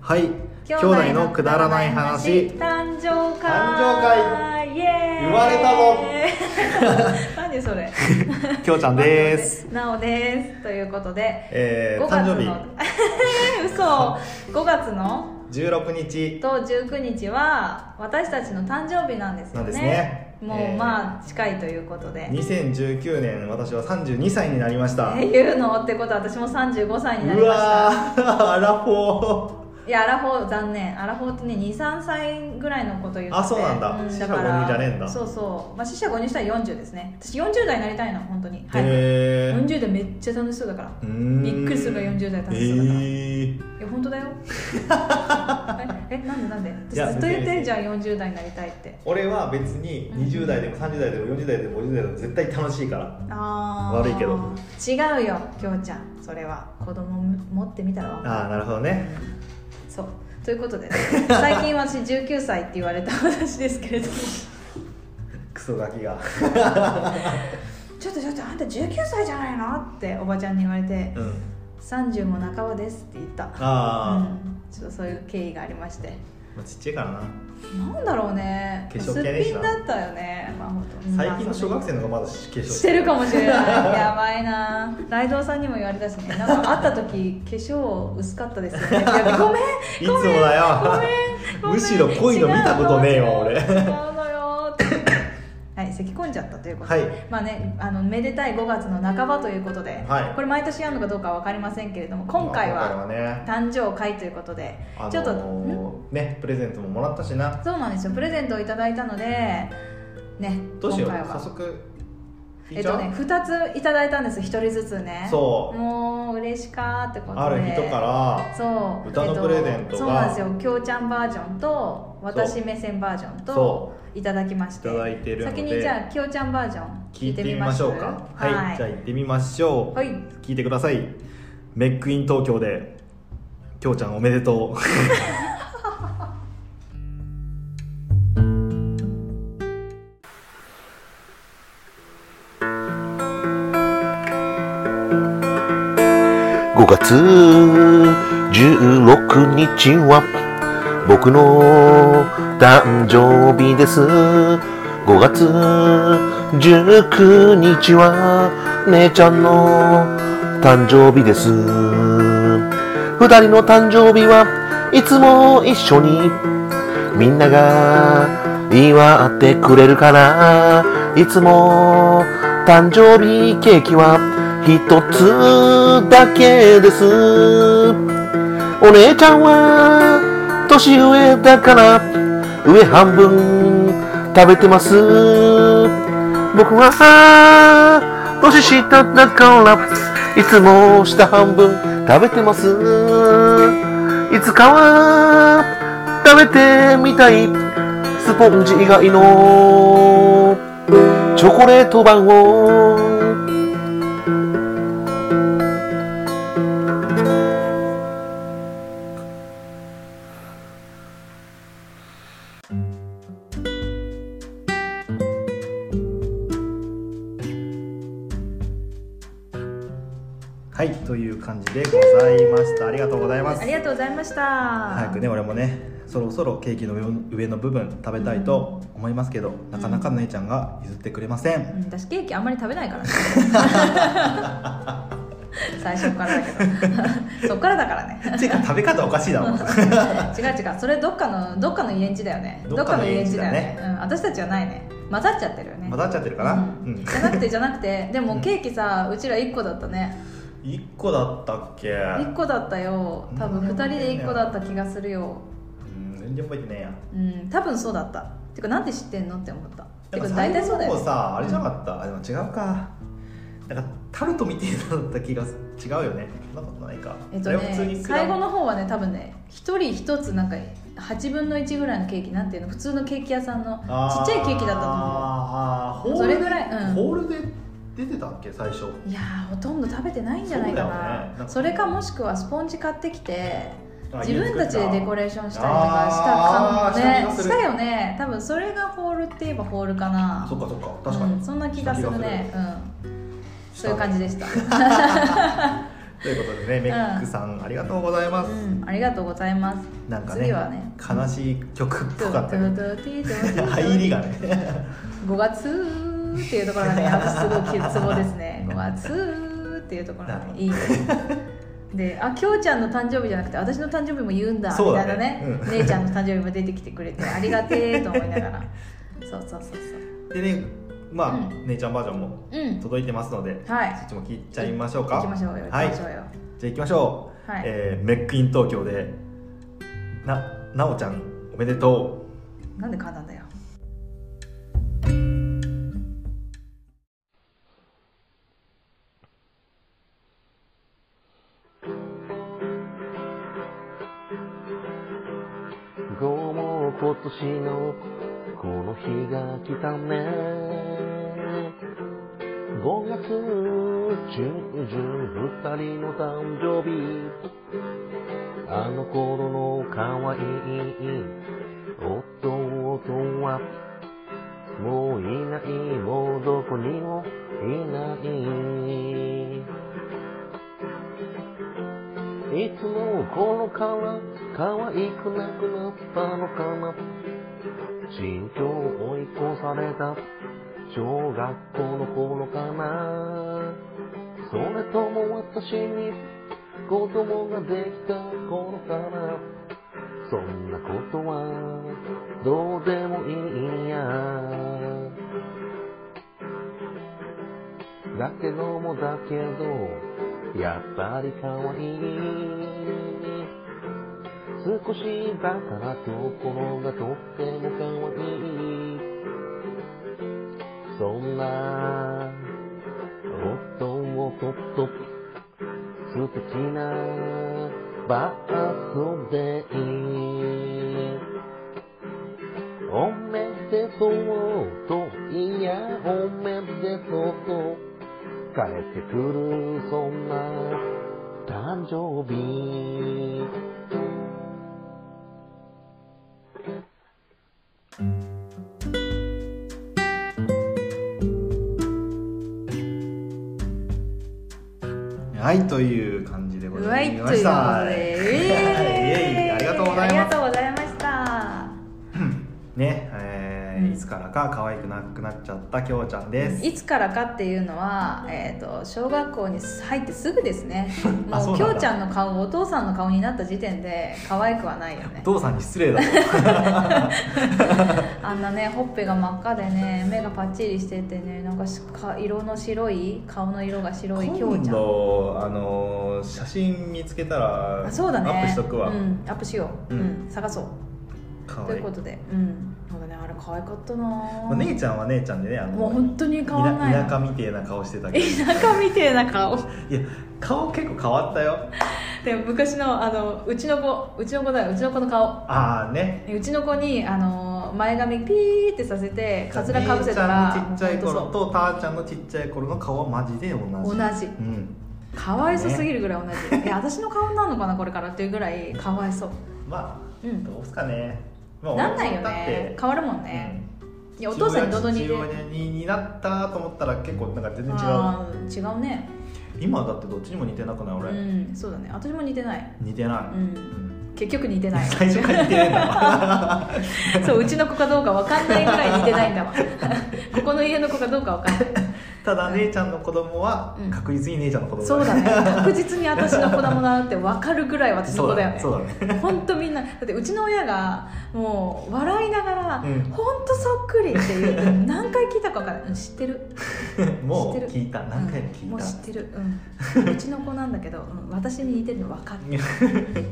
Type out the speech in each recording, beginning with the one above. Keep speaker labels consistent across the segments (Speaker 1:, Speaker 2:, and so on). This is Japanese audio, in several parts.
Speaker 1: はい兄弟のくだらない話
Speaker 2: 誕生会
Speaker 1: 誕生
Speaker 2: イエーイ
Speaker 1: 言われた
Speaker 2: もん 何それ
Speaker 1: きょうちゃん です
Speaker 2: なおですということで
Speaker 1: えー、
Speaker 2: 5
Speaker 1: 誕
Speaker 2: 月
Speaker 1: 生日
Speaker 2: のえ ー嘘5月の
Speaker 1: 16日
Speaker 2: と19日は私たちの誕生日なんですよ
Speaker 1: なんで
Speaker 2: ね
Speaker 1: すね
Speaker 2: もう、
Speaker 1: えー
Speaker 2: まあ近いということで
Speaker 1: 2019年私は32歳になりました
Speaker 2: えー言うのってことは私も35歳になり
Speaker 1: う
Speaker 2: ました
Speaker 1: わーアラフォ
Speaker 2: いやアラフォー残念アラフォーってね23歳ぐらいのこと言ってて
Speaker 1: あそうなんだ
Speaker 2: う
Speaker 1: 四捨
Speaker 2: だから
Speaker 1: 五入じゃねえんだ
Speaker 2: そうそう、まあ、四捨五入したら40ですね私40代になりたいの本当に、
Speaker 1: ー
Speaker 2: はい
Speaker 1: へー
Speaker 2: 40代めっちゃ楽しそうだから
Speaker 1: うーん
Speaker 2: びっくりするぐらい40代楽
Speaker 1: え
Speaker 2: しそうだか
Speaker 1: ー
Speaker 2: ら、いや本 当だよええなんでなんで
Speaker 1: いや
Speaker 2: 私ずっと言っ
Speaker 1: 全
Speaker 2: て
Speaker 1: 然
Speaker 2: るじゃん40代になりたいって
Speaker 1: 俺は別に20代でも30代でも40代でも50代でも絶対楽しいから
Speaker 2: ああ
Speaker 1: 悪いけど
Speaker 2: 違うよきょうちゃんそれは子供持ってみたらわかる
Speaker 1: ああなるほどね
Speaker 2: そうということで最近私19歳って言われた話ですけれども
Speaker 1: クソガキが
Speaker 2: ちょっとちょっとあんた19歳じゃないのっておばちゃんに言われて
Speaker 1: うん
Speaker 2: 30も半ばですって言ったう
Speaker 1: あ
Speaker 2: ん、ちょっとそういう経緯がありまして
Speaker 1: あ、まあちっちゃいからな
Speaker 2: なんだろうね
Speaker 1: 化
Speaker 2: す
Speaker 1: 粧
Speaker 2: っ
Speaker 1: 系ね
Speaker 2: ぴんだったよね、まあ、本当
Speaker 1: 最近の小学生の方がまだ化粧
Speaker 2: してるかもしれないやばいなライドウさんにも言われたしねなんか会った時化粧薄かったですよねいやご
Speaker 1: い
Speaker 2: めん
Speaker 1: つもだよ
Speaker 2: ごめんごめん
Speaker 1: むしろ濃いの見たことねえわ俺
Speaker 2: 違う のよってはい咳込んじゃったということで、
Speaker 1: はい
Speaker 2: まあねあのめでたい5月の半ばということで、
Speaker 1: はい
Speaker 2: これ毎年やるのかどうかは分かりませんけれども今回
Speaker 1: まあ
Speaker 2: は
Speaker 1: 今回はね
Speaker 2: 誕生会ということで、
Speaker 1: あの
Speaker 2: ちょっとん
Speaker 1: とねプレゼントももらったしな
Speaker 2: そうなんですよプレゼントをいただいたのでね
Speaker 1: どうしよう
Speaker 2: 今回
Speaker 1: 早
Speaker 2: は
Speaker 1: 速聞
Speaker 2: え
Speaker 1: い
Speaker 2: っ
Speaker 1: ちゃ
Speaker 2: と
Speaker 1: う、
Speaker 2: ね2ついただいたんです1人ずつね
Speaker 1: そう
Speaker 2: もう嬉しかってことで
Speaker 1: ある人から
Speaker 2: そう
Speaker 1: 歌のプレゼントが
Speaker 2: そうなんですよきょうちゃんバージョンと私目線バージョンと
Speaker 1: そ
Speaker 2: いただきまして
Speaker 1: いただいてるので
Speaker 2: 先にじゃあきょうちゃんバージョン
Speaker 1: 聞いてみましょうかはい、じゃあ行ってみましょう、
Speaker 2: はい
Speaker 1: 聞いてくださいメックイン東京できょうちゃんおめでとう
Speaker 3: 5月16日は僕の誕生日です。5月19日は姉ちゃんの誕生日です。二人の誕生日はいつも一緒にみんなが祝ってくれるからいつも誕生日ケーキは一つだけですお姉ちゃんは年上だから上半分食べてます僕は年下だからいつも下半分食べてますいつかは食べてみたいスポンジ以外のチョコレート版を
Speaker 1: はいという感じでございましたありがとうございます
Speaker 2: ありがとうございました
Speaker 1: 早
Speaker 2: 早
Speaker 1: くね俺もねそろそろケーキの上の部分食べたいと思いますけど、なかなか姉ちゃんが譲ってくれません、
Speaker 2: うん、私ケーキあんまり食べない からね最初からだけど そっからだからね
Speaker 1: ていうか食べ方おかしい だろ
Speaker 2: 違う違うそれどっかのどっかの遊園地だよね
Speaker 1: どっかの遊園地だね
Speaker 2: どっかの遊園地だよねうん、私たちはないね混ざっちゃってるよね
Speaker 1: 混ざっちゃってるかな、
Speaker 2: うん
Speaker 1: うん
Speaker 2: じゃなくてじゃなく てでもケーキさ、うちら1個だったね
Speaker 1: 一個だったっけ
Speaker 2: 1個だったよ多分2人で1個だった気がするよ
Speaker 1: うん全然覚えてねえや
Speaker 2: うん多分そうだったてかなんで知ってんのって思ったて
Speaker 1: なん
Speaker 2: か
Speaker 1: か
Speaker 2: 大
Speaker 1: 最
Speaker 2: 体そう
Speaker 1: 後
Speaker 2: だよ
Speaker 1: の
Speaker 2: ね
Speaker 1: さあれじゃなかったあでも違うかなんかタルトみたいなのだった気がす違うよねそんなことないか
Speaker 2: えっと
Speaker 1: あれは普通に
Speaker 2: ね
Speaker 1: 果
Speaker 2: 最後
Speaker 1: 物
Speaker 2: の方はね多分ね1人1つなんか8分の1ぐらいのケーキなんていうの普通のケーキ屋さんのち
Speaker 1: あ
Speaker 2: っちゃいケーキだったと思
Speaker 1: あーあーホール
Speaker 2: それぐらいうん
Speaker 1: ホールで出てたっけ最初
Speaker 2: ういやーほとんど食べてないんじゃないか
Speaker 1: そうだよね
Speaker 2: な
Speaker 1: なんか
Speaker 2: それかもしくはスポンジ買ってきて
Speaker 1: あ
Speaker 2: 自分たちでデコレーションしたりと
Speaker 1: あ
Speaker 2: か
Speaker 1: ー
Speaker 2: したかも
Speaker 1: した気がす
Speaker 2: ねし
Speaker 1: る
Speaker 2: たよね多分それがホールって言えばホールかな
Speaker 1: そっかそっか確かに、
Speaker 2: うんそんな気がするねうんそういう感じでした
Speaker 1: ということでねメックさん、ありがとうございます、
Speaker 2: うん、ありがとうございます。
Speaker 1: なんかね
Speaker 2: 次はね。
Speaker 1: 悲しい曲っぽかったけど入
Speaker 2: 入
Speaker 1: りがね
Speaker 2: 5月っていうところがね、やっぱすごいツボですね。5月っていうところがね、いいね。で、あ、きょうちゃんの誕生日じゃなくて、私の誕生日も言うんだ、
Speaker 1: そう
Speaker 2: みた
Speaker 1: だ
Speaker 2: いな
Speaker 1: ね
Speaker 2: ね。
Speaker 1: うん
Speaker 2: 姉ちゃんの誕生日も出てきてくれて、ありがてえと思いながら。そうそうそう
Speaker 1: でねまあ、
Speaker 2: うん
Speaker 1: 姉ちゃんバージョンも
Speaker 2: そう。うん。
Speaker 1: 届いてますので
Speaker 2: はい
Speaker 1: そっ。ちも聞いちゃいましょうか
Speaker 2: 行きましょうよ。行き
Speaker 1: はい
Speaker 2: まし
Speaker 1: じ
Speaker 2: ょ
Speaker 1: ゃ
Speaker 2: うよ。
Speaker 1: あ行きましょう、
Speaker 2: はい。
Speaker 1: えーメックイン東京でななおちゃんおめでと
Speaker 2: なんで簡単だよ。
Speaker 3: どうも今年のこの日が来たね5月中旬二人の誕生日あの頃の可愛い弟はもういないもうどこにもいないいつもこのから可愛くなくなったのかな身長追い越された小学校の頃かなそれとも私に子供ができた頃かなそんなことはどうでもいいやだけどもだけど、やっぱり可愛い。少しバカなところがとっても可愛い。そんな、夫をとっと、素敵なバースデー。おめでとうと、いや、おめでとうと、帰ってくる、そんな、誕生日。
Speaker 1: うはいという感じでご
Speaker 2: う
Speaker 1: ざ
Speaker 2: わ
Speaker 1: い
Speaker 2: いという
Speaker 1: ま
Speaker 2: ことで
Speaker 1: し、た
Speaker 2: え
Speaker 1: イエイ
Speaker 2: ー
Speaker 1: ありがとうござい
Speaker 2: ありが
Speaker 1: ます
Speaker 2: とうございました。
Speaker 1: ね、えー
Speaker 2: うん
Speaker 1: いつからか可愛くなくなっちゃったきょうちゃんです、
Speaker 2: いつからかっていうのは、えー、と小学校に入ってすぐですね
Speaker 1: あ
Speaker 2: も
Speaker 1: そう
Speaker 2: う
Speaker 1: なん
Speaker 2: きょ
Speaker 1: だ
Speaker 2: うちゃんの顔お父さんの顔になった時点で可愛くはないよね
Speaker 1: お父さんに失礼だと
Speaker 2: あんなねほっぺが真っ赤でね目がパッチリしててねなんかしか色の白い顔の色が白いきょう
Speaker 1: 今
Speaker 2: ちゃん
Speaker 1: 度あのー写真見つけたら
Speaker 2: あそうだね
Speaker 1: アップしとくわ、
Speaker 2: うん、アップしよう、
Speaker 1: う
Speaker 2: うんん探そう
Speaker 1: 可
Speaker 2: と
Speaker 1: 愛
Speaker 2: い
Speaker 1: いう
Speaker 2: ことでうんなんかねあれ可愛かったな
Speaker 1: まあ、
Speaker 2: ぁ、
Speaker 1: 姉ちゃんは姉ちゃんでねあの
Speaker 2: もう本当に変わんない
Speaker 1: 田田舎みてえな顔してたけど
Speaker 2: 田舎みてえな顔
Speaker 1: いや顔結構変わったよ
Speaker 2: でも昔のあのうちの子うちの子だようちの子の顔
Speaker 1: ああね
Speaker 2: うちの子にあの前髪ピーってさせてかつらかぶせたら
Speaker 1: 姉ちゃんのちっちゃい頃
Speaker 2: ほんと
Speaker 1: とたーちゃんのちっちゃい頃の顔はマジで同
Speaker 2: そう
Speaker 1: じ
Speaker 2: 同じ
Speaker 1: うん
Speaker 2: かわいそうすぎるぐらい同じ、え私の顔になるのかなこれからっていうぐらいかわいそう
Speaker 1: ま
Speaker 2: う
Speaker 1: あ
Speaker 2: ん
Speaker 1: どうすかね、まあ、
Speaker 2: なんないよ
Speaker 1: 俺もだって
Speaker 2: ね変わるもんね、いやお父さんにどどに
Speaker 1: 父親にになったと思ったら結構なんか全然違う
Speaker 2: あー違うね
Speaker 1: 今だってどっちにも似てなくない俺、
Speaker 2: うんそうだね私も似てない、
Speaker 1: 似てな
Speaker 2: う
Speaker 1: い、
Speaker 2: ん、
Speaker 1: うん
Speaker 2: 結局似てない
Speaker 1: 最初から似てないんだわ
Speaker 2: そううちの子かどうかわかんないぐらい似てないんだ わここの家の子かどうかわかんない
Speaker 1: ただ姉ちゃんの子供は
Speaker 2: うん
Speaker 1: 確実に姉ちゃんの子供
Speaker 2: そうだね確実に私の子供だなって分かるぐらい私の
Speaker 1: そ
Speaker 2: 子
Speaker 1: う
Speaker 2: だ
Speaker 1: だ
Speaker 2: よね
Speaker 1: ねそうだね
Speaker 2: 本当みんなだってうちの親がもう笑いながら
Speaker 1: うん
Speaker 2: 「本当そっくり」っていうの何回聞いたか分からないうん知ってる
Speaker 1: もう
Speaker 2: 知ってる
Speaker 1: 聞いた何回も聞い
Speaker 2: うんもう
Speaker 1: た
Speaker 2: 知ってる、 うん、うちの子なんだけど、うん、私に似てるの分かる、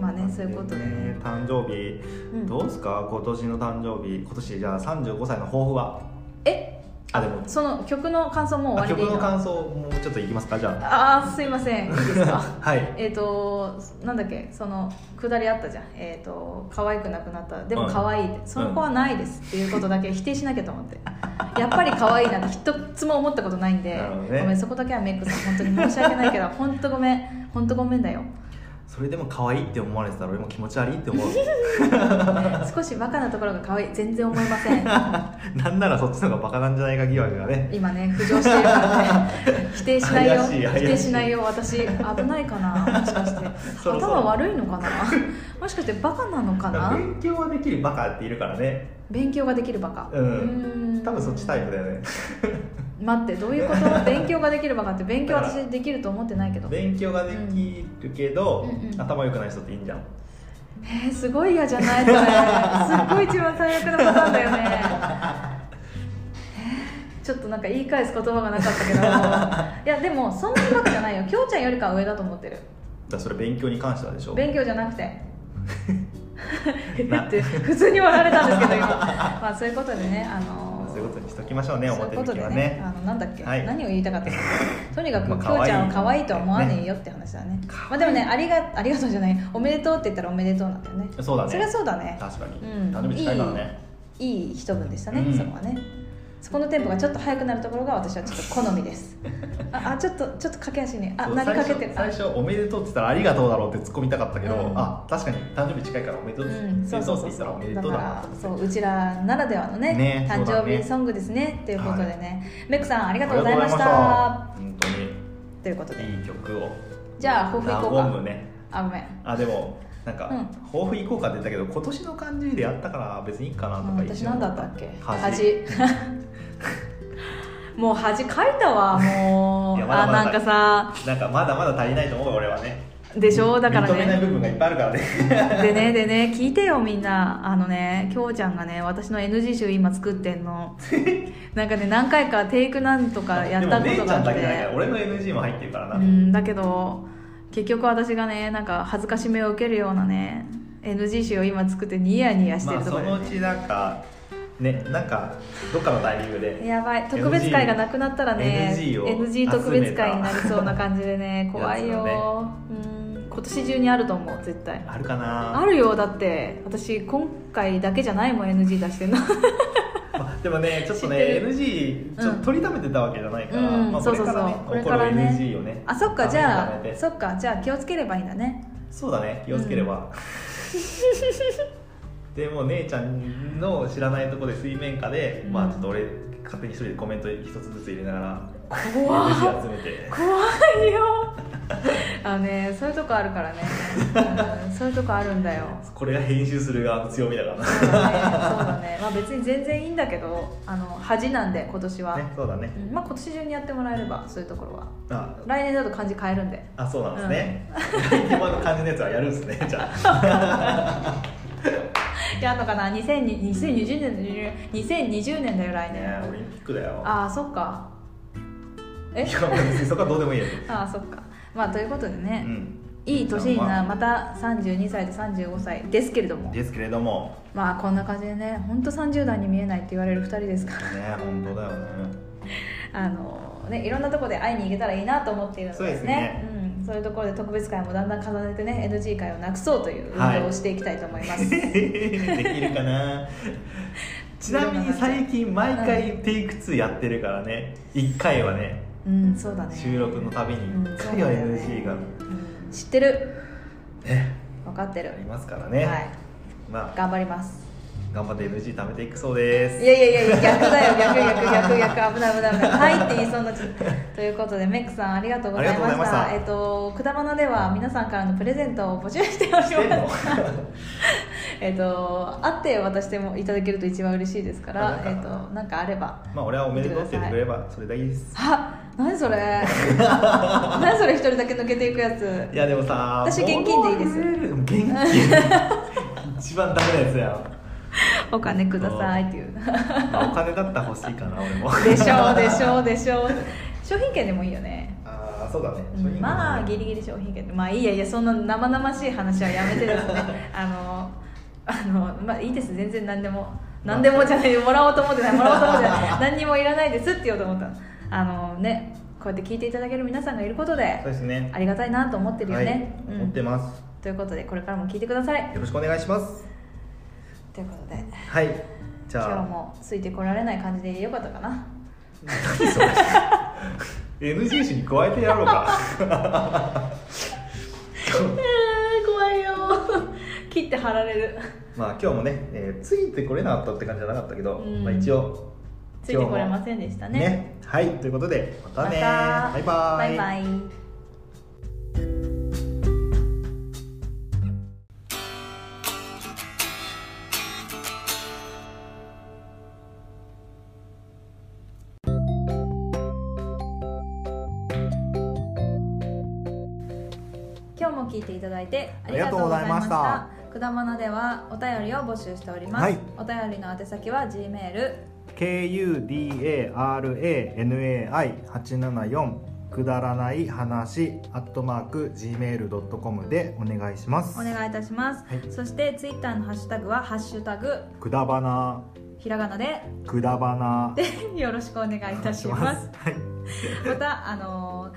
Speaker 2: まあねそういうことでね
Speaker 1: 誕生日
Speaker 2: うん
Speaker 1: どうですか今年の誕生日今年じゃあ35歳の抱負は
Speaker 2: え
Speaker 1: あでも
Speaker 2: その曲の感想もう終
Speaker 1: あ
Speaker 2: わり
Speaker 1: 曲
Speaker 2: でいい
Speaker 1: の
Speaker 2: の
Speaker 1: 感想もうちょっといきますかじゃ
Speaker 2: ああすいませんいいですか
Speaker 1: あはい
Speaker 2: えっとなんだっけそのくだりあったじゃんえっ、と可愛くなくなったでも可愛いって、その子はないですっていうことだけ 否定しなきゃと思ってやっぱり可愛いなんて一つも思ったことないんで、
Speaker 1: なるほどね
Speaker 2: ごめんそこだけはメイクさん本当に申し訳ないけど 本当ごめん本当ごめんだよ
Speaker 1: それでも可愛いって思われてたら俺も気持ち悪いって思う
Speaker 2: 少しバカなところが可愛い全然思いませんは
Speaker 1: なんならそっちの方がバカなんじゃないか疑惑がね
Speaker 2: 今ね浮上してるからね 否定しないよ
Speaker 1: 怪しい怪し
Speaker 2: 否
Speaker 1: い
Speaker 2: 定しないよ私危ないかなもしかして
Speaker 1: そろそろ
Speaker 2: 頭悪いのかな もしかしてバカなのかな
Speaker 1: 勉強はできるバカっているからね
Speaker 2: 勉強ができるバカ
Speaker 1: うん
Speaker 2: ーん
Speaker 1: 多分そっちタイプだよね
Speaker 2: 待ってどういうこと勉強ができるバカって勉強
Speaker 1: だから
Speaker 2: 私できると思ってないけど
Speaker 1: 勉強ができるけど、
Speaker 2: うんうんうん
Speaker 1: 頭良くない人っていいんじゃん
Speaker 2: えー、すごい嫌じゃないそれすっごい一番最悪なパターンだよねえーちょっとなんか言い返す言葉がなかっ たけどいやでもそんなにバカじゃないよきょうちゃんよりかは上だと思ってる
Speaker 1: だからそれ勉強に関してはでしょ
Speaker 2: 勉強じゃなくてえ
Speaker 1: な
Speaker 2: って普通に笑われたんですけど今まあそういうことでねあの
Speaker 1: そういうことにしときましょうね
Speaker 2: そういう
Speaker 1: 表
Speaker 2: こ
Speaker 1: 向
Speaker 2: と
Speaker 1: き
Speaker 2: で
Speaker 1: は
Speaker 2: ね
Speaker 1: ね
Speaker 2: あのなんだっけ、
Speaker 1: はい
Speaker 2: 何を言いたかっ たかとにかく、
Speaker 1: まあ
Speaker 2: きょうちゃんは
Speaker 1: 可
Speaker 2: 可
Speaker 1: 愛
Speaker 2: 愛
Speaker 1: い
Speaker 2: いとは思わねえよって話だねまあでもねありがありがとうじゃないおめでとうって言ったらおめでとうなんだよね
Speaker 1: そうだね
Speaker 2: それはそうだね
Speaker 1: 確かに、
Speaker 2: うん
Speaker 1: 誕生日近いからね
Speaker 2: いい一文でしたね、
Speaker 1: うん
Speaker 2: そこはねそこのテンポがちょっと速くなるところが私はちょっと好みです ああちょっとちょっと駆け足にあ
Speaker 1: そう
Speaker 2: なりかけてる
Speaker 1: 最初最初おめでとうって言ったらありがとうだろうって突っ込みたかったけど、
Speaker 2: うん
Speaker 1: あ確かに誕生日近いからおめでとうって
Speaker 2: う
Speaker 1: 言
Speaker 2: ん、そう
Speaker 1: っ
Speaker 2: そうそう
Speaker 1: た
Speaker 2: そ
Speaker 1: らおめで
Speaker 2: う
Speaker 1: と
Speaker 2: だ
Speaker 1: う
Speaker 2: か
Speaker 1: だな
Speaker 2: らそううちらならではのね
Speaker 1: ね
Speaker 2: 誕
Speaker 1: そうだ
Speaker 2: 生
Speaker 1: ね
Speaker 2: 日ソングですねっていうことでねメックさんあり
Speaker 1: あ
Speaker 2: がとうございました
Speaker 1: りがとうございました
Speaker 2: ということ
Speaker 1: 本当
Speaker 2: で
Speaker 1: にいい曲を
Speaker 2: じゃあ抱負いこう
Speaker 1: 和む
Speaker 2: か
Speaker 1: ね
Speaker 2: あごめん
Speaker 1: あでもなんか、
Speaker 2: うん
Speaker 1: 抱負いこうかって言ったけど今年の感じでやったから別にいいかなとか
Speaker 2: 私何だったっけ
Speaker 1: 恥
Speaker 2: 恥 もう恥かいたわも
Speaker 1: いうやまだ
Speaker 2: あ
Speaker 1: まだ
Speaker 2: なんかさ
Speaker 1: なんかまだまだ足りないと思うよ俺はね
Speaker 2: でしょだから
Speaker 1: 認めない
Speaker 2: ね
Speaker 1: 部分がいっぱいあるからね
Speaker 2: でねでね聞いてよみんなあのねきょうちゃんがね私の NG 集今作ってん のなんかね何回かテイクなんとかやったこ
Speaker 1: でも姉ち
Speaker 2: と
Speaker 1: ゃ
Speaker 2: があ
Speaker 1: ん
Speaker 2: っ
Speaker 1: だけじゃない
Speaker 2: て
Speaker 1: から俺の NG も入ってるからな、
Speaker 2: うん、だけど結局私がねなんか恥ずかしめを受けるようなね NG 集を今作ってニヤニヤして
Speaker 1: ま
Speaker 2: る
Speaker 1: あ
Speaker 2: と
Speaker 1: そ
Speaker 2: ころで、
Speaker 1: のうちなんかねなんかどっかのタイミングで
Speaker 2: やばい特別会がなくなったらね
Speaker 1: NG を
Speaker 2: NG 特別会になりそうな感じ でね
Speaker 1: 集めた
Speaker 2: 怖いよ、
Speaker 1: やつを
Speaker 2: うん今年中にあると思う絶対
Speaker 1: あるかな
Speaker 2: あるよだって私今回だけじゃないもん NG 出してんの
Speaker 1: まあでも ねちょっとね
Speaker 2: 知って
Speaker 1: NG ちょっと取りためてたわけじゃないから、
Speaker 2: うん
Speaker 1: まあ、こ
Speaker 2: そう
Speaker 1: れ
Speaker 2: そう
Speaker 1: か
Speaker 2: そう
Speaker 1: らね
Speaker 2: これ
Speaker 1: 起こ
Speaker 2: か
Speaker 1: る
Speaker 2: らね
Speaker 1: NG をね
Speaker 2: あそっかじ
Speaker 1: た
Speaker 2: ゃ
Speaker 1: め
Speaker 2: あ
Speaker 1: て
Speaker 2: そっかじゃあ気をつければいいんだね
Speaker 1: そうだね気をつければ、 でも姉ちゃんの知らないとこで水面下で、
Speaker 2: うん
Speaker 1: まあちょっと俺勝手に一人でコメント一つずつ入れながら
Speaker 2: 怖っ
Speaker 1: NG 集めて
Speaker 2: 怖いよ あのねそういうとこあるからね、うんそういうとこあるんだよ
Speaker 1: これが編集する側の強みだから
Speaker 2: そうだね、まあ、別に全然いいんだけどあの恥なんで今年は、
Speaker 1: なねそうだね
Speaker 2: うんまあ、今年中にやってもらえればそういうところは
Speaker 1: あ
Speaker 2: 来年だと漢字変えるんで
Speaker 1: あそうなんですね、 今の感じのやつはやるんですねじゃあ
Speaker 2: やんのかな2020 2020年2020年だよ 来
Speaker 1: ね
Speaker 2: 年
Speaker 1: オリンピックだよ
Speaker 2: ああそっかえ
Speaker 1: いやもう別にそこはどうでもいいよ、
Speaker 2: ああそっかまあということで
Speaker 1: う
Speaker 2: ね、
Speaker 1: ん、
Speaker 2: いい年に
Speaker 1: ま
Speaker 2: な
Speaker 1: あ
Speaker 2: また32歳と35歳ですけれども
Speaker 1: ですけれども
Speaker 2: まあこんな感じでね本当30代に見えないって言われる2人ですから
Speaker 1: ね本当だよね
Speaker 2: あのね、いろんなところで会いに行けたらいいなと思っているので,、
Speaker 1: そうですね
Speaker 2: うん、そういうところで特別会もだんだん重ねてね NG 会をなくそうという運動をしていきたいと思い ます、
Speaker 1: できるかなちなみに最近毎回テイク2やってるからね1回はね
Speaker 2: うんそうだね
Speaker 1: 収録のたびに
Speaker 2: うん
Speaker 1: 1
Speaker 2: そう
Speaker 1: 回は
Speaker 2: だよね
Speaker 1: NG が
Speaker 2: うん知ってる
Speaker 1: ね
Speaker 2: 分かってる
Speaker 1: ありますからね、
Speaker 2: はい
Speaker 1: まあ
Speaker 2: 頑張ります
Speaker 1: 頑張って NG 貯めていくそう
Speaker 2: い
Speaker 1: で
Speaker 2: や
Speaker 1: す
Speaker 2: いやいや逆 だよ逆逆逆逆危ない危ない危ないはいって言いそうになっちゃったということでメックさんありがとうございまし
Speaker 1: あり
Speaker 2: た
Speaker 1: がとうございました
Speaker 2: えっとくだばなでは皆さんからのプレゼントを募集しております
Speaker 1: してんの
Speaker 2: えっと会って渡してもいただけると一番嬉しいですか
Speaker 1: あな
Speaker 2: ら
Speaker 1: んか
Speaker 2: えっとなんかあれば
Speaker 1: まあ俺はおめでとうって言ってくれればそれだけです
Speaker 2: あ何そ れ何それ一人だけ抜けていくやつ
Speaker 1: いやでもさ
Speaker 2: 私現金でいいです
Speaker 1: 物は増える現金一番ダメなやつや ん
Speaker 2: お金くださいっていう
Speaker 1: まあお金だったら欲しいかな俺も
Speaker 2: でしょうでしょうでしょう商品券でもいいよね
Speaker 1: ああそうだね
Speaker 2: うんまあギ
Speaker 1: リ
Speaker 2: リギリ商品券まあいいやいやそんな生々しい話はやめてです ねあのあのまあいいです全然何でも何でもじゃないもらおうと思ってないもらおうと思っ てない何にもいらないですって言おうと思ったあのねこうやって聞いていただける皆さんがいることで
Speaker 1: そうですね
Speaker 2: ありがたいなと思ってるよね、
Speaker 1: は
Speaker 2: う
Speaker 1: い、
Speaker 2: ん
Speaker 1: 思ってます、
Speaker 2: ということでこれからも聞いてください
Speaker 1: よろしくお願いします
Speaker 2: ということで
Speaker 1: はいじ
Speaker 2: 今日
Speaker 1: ゃあ
Speaker 2: もついてこられない感じでよかったかな
Speaker 1: NG 詞に加えてやろうか
Speaker 2: 怖いよ切って貼られる
Speaker 1: まあ今日もね、えーついてこれなかったって感じじゃなかったけど、
Speaker 2: うん
Speaker 1: まあ、一応
Speaker 2: ついてこれませんでした
Speaker 1: ね
Speaker 2: ね
Speaker 1: はいということでまたね
Speaker 2: また
Speaker 1: バイバ
Speaker 2: バ
Speaker 1: イ
Speaker 2: イバイ今日も聞いていただいてありがとうございました
Speaker 1: あ
Speaker 2: くだまなではお便りを募集しております、
Speaker 1: はい
Speaker 2: お便りの宛先は G メール
Speaker 1: KUDARANAI874 くだらない話アットマーク Gmail.com でお願いします
Speaker 2: お願いいたします、
Speaker 1: はい
Speaker 2: そしてツイッターのハッシュタグは「ハッシュタグ
Speaker 1: くだばな
Speaker 2: ひらがなで
Speaker 1: くだばな」
Speaker 2: でよろしくお願いいたします
Speaker 1: はい
Speaker 2: またあのー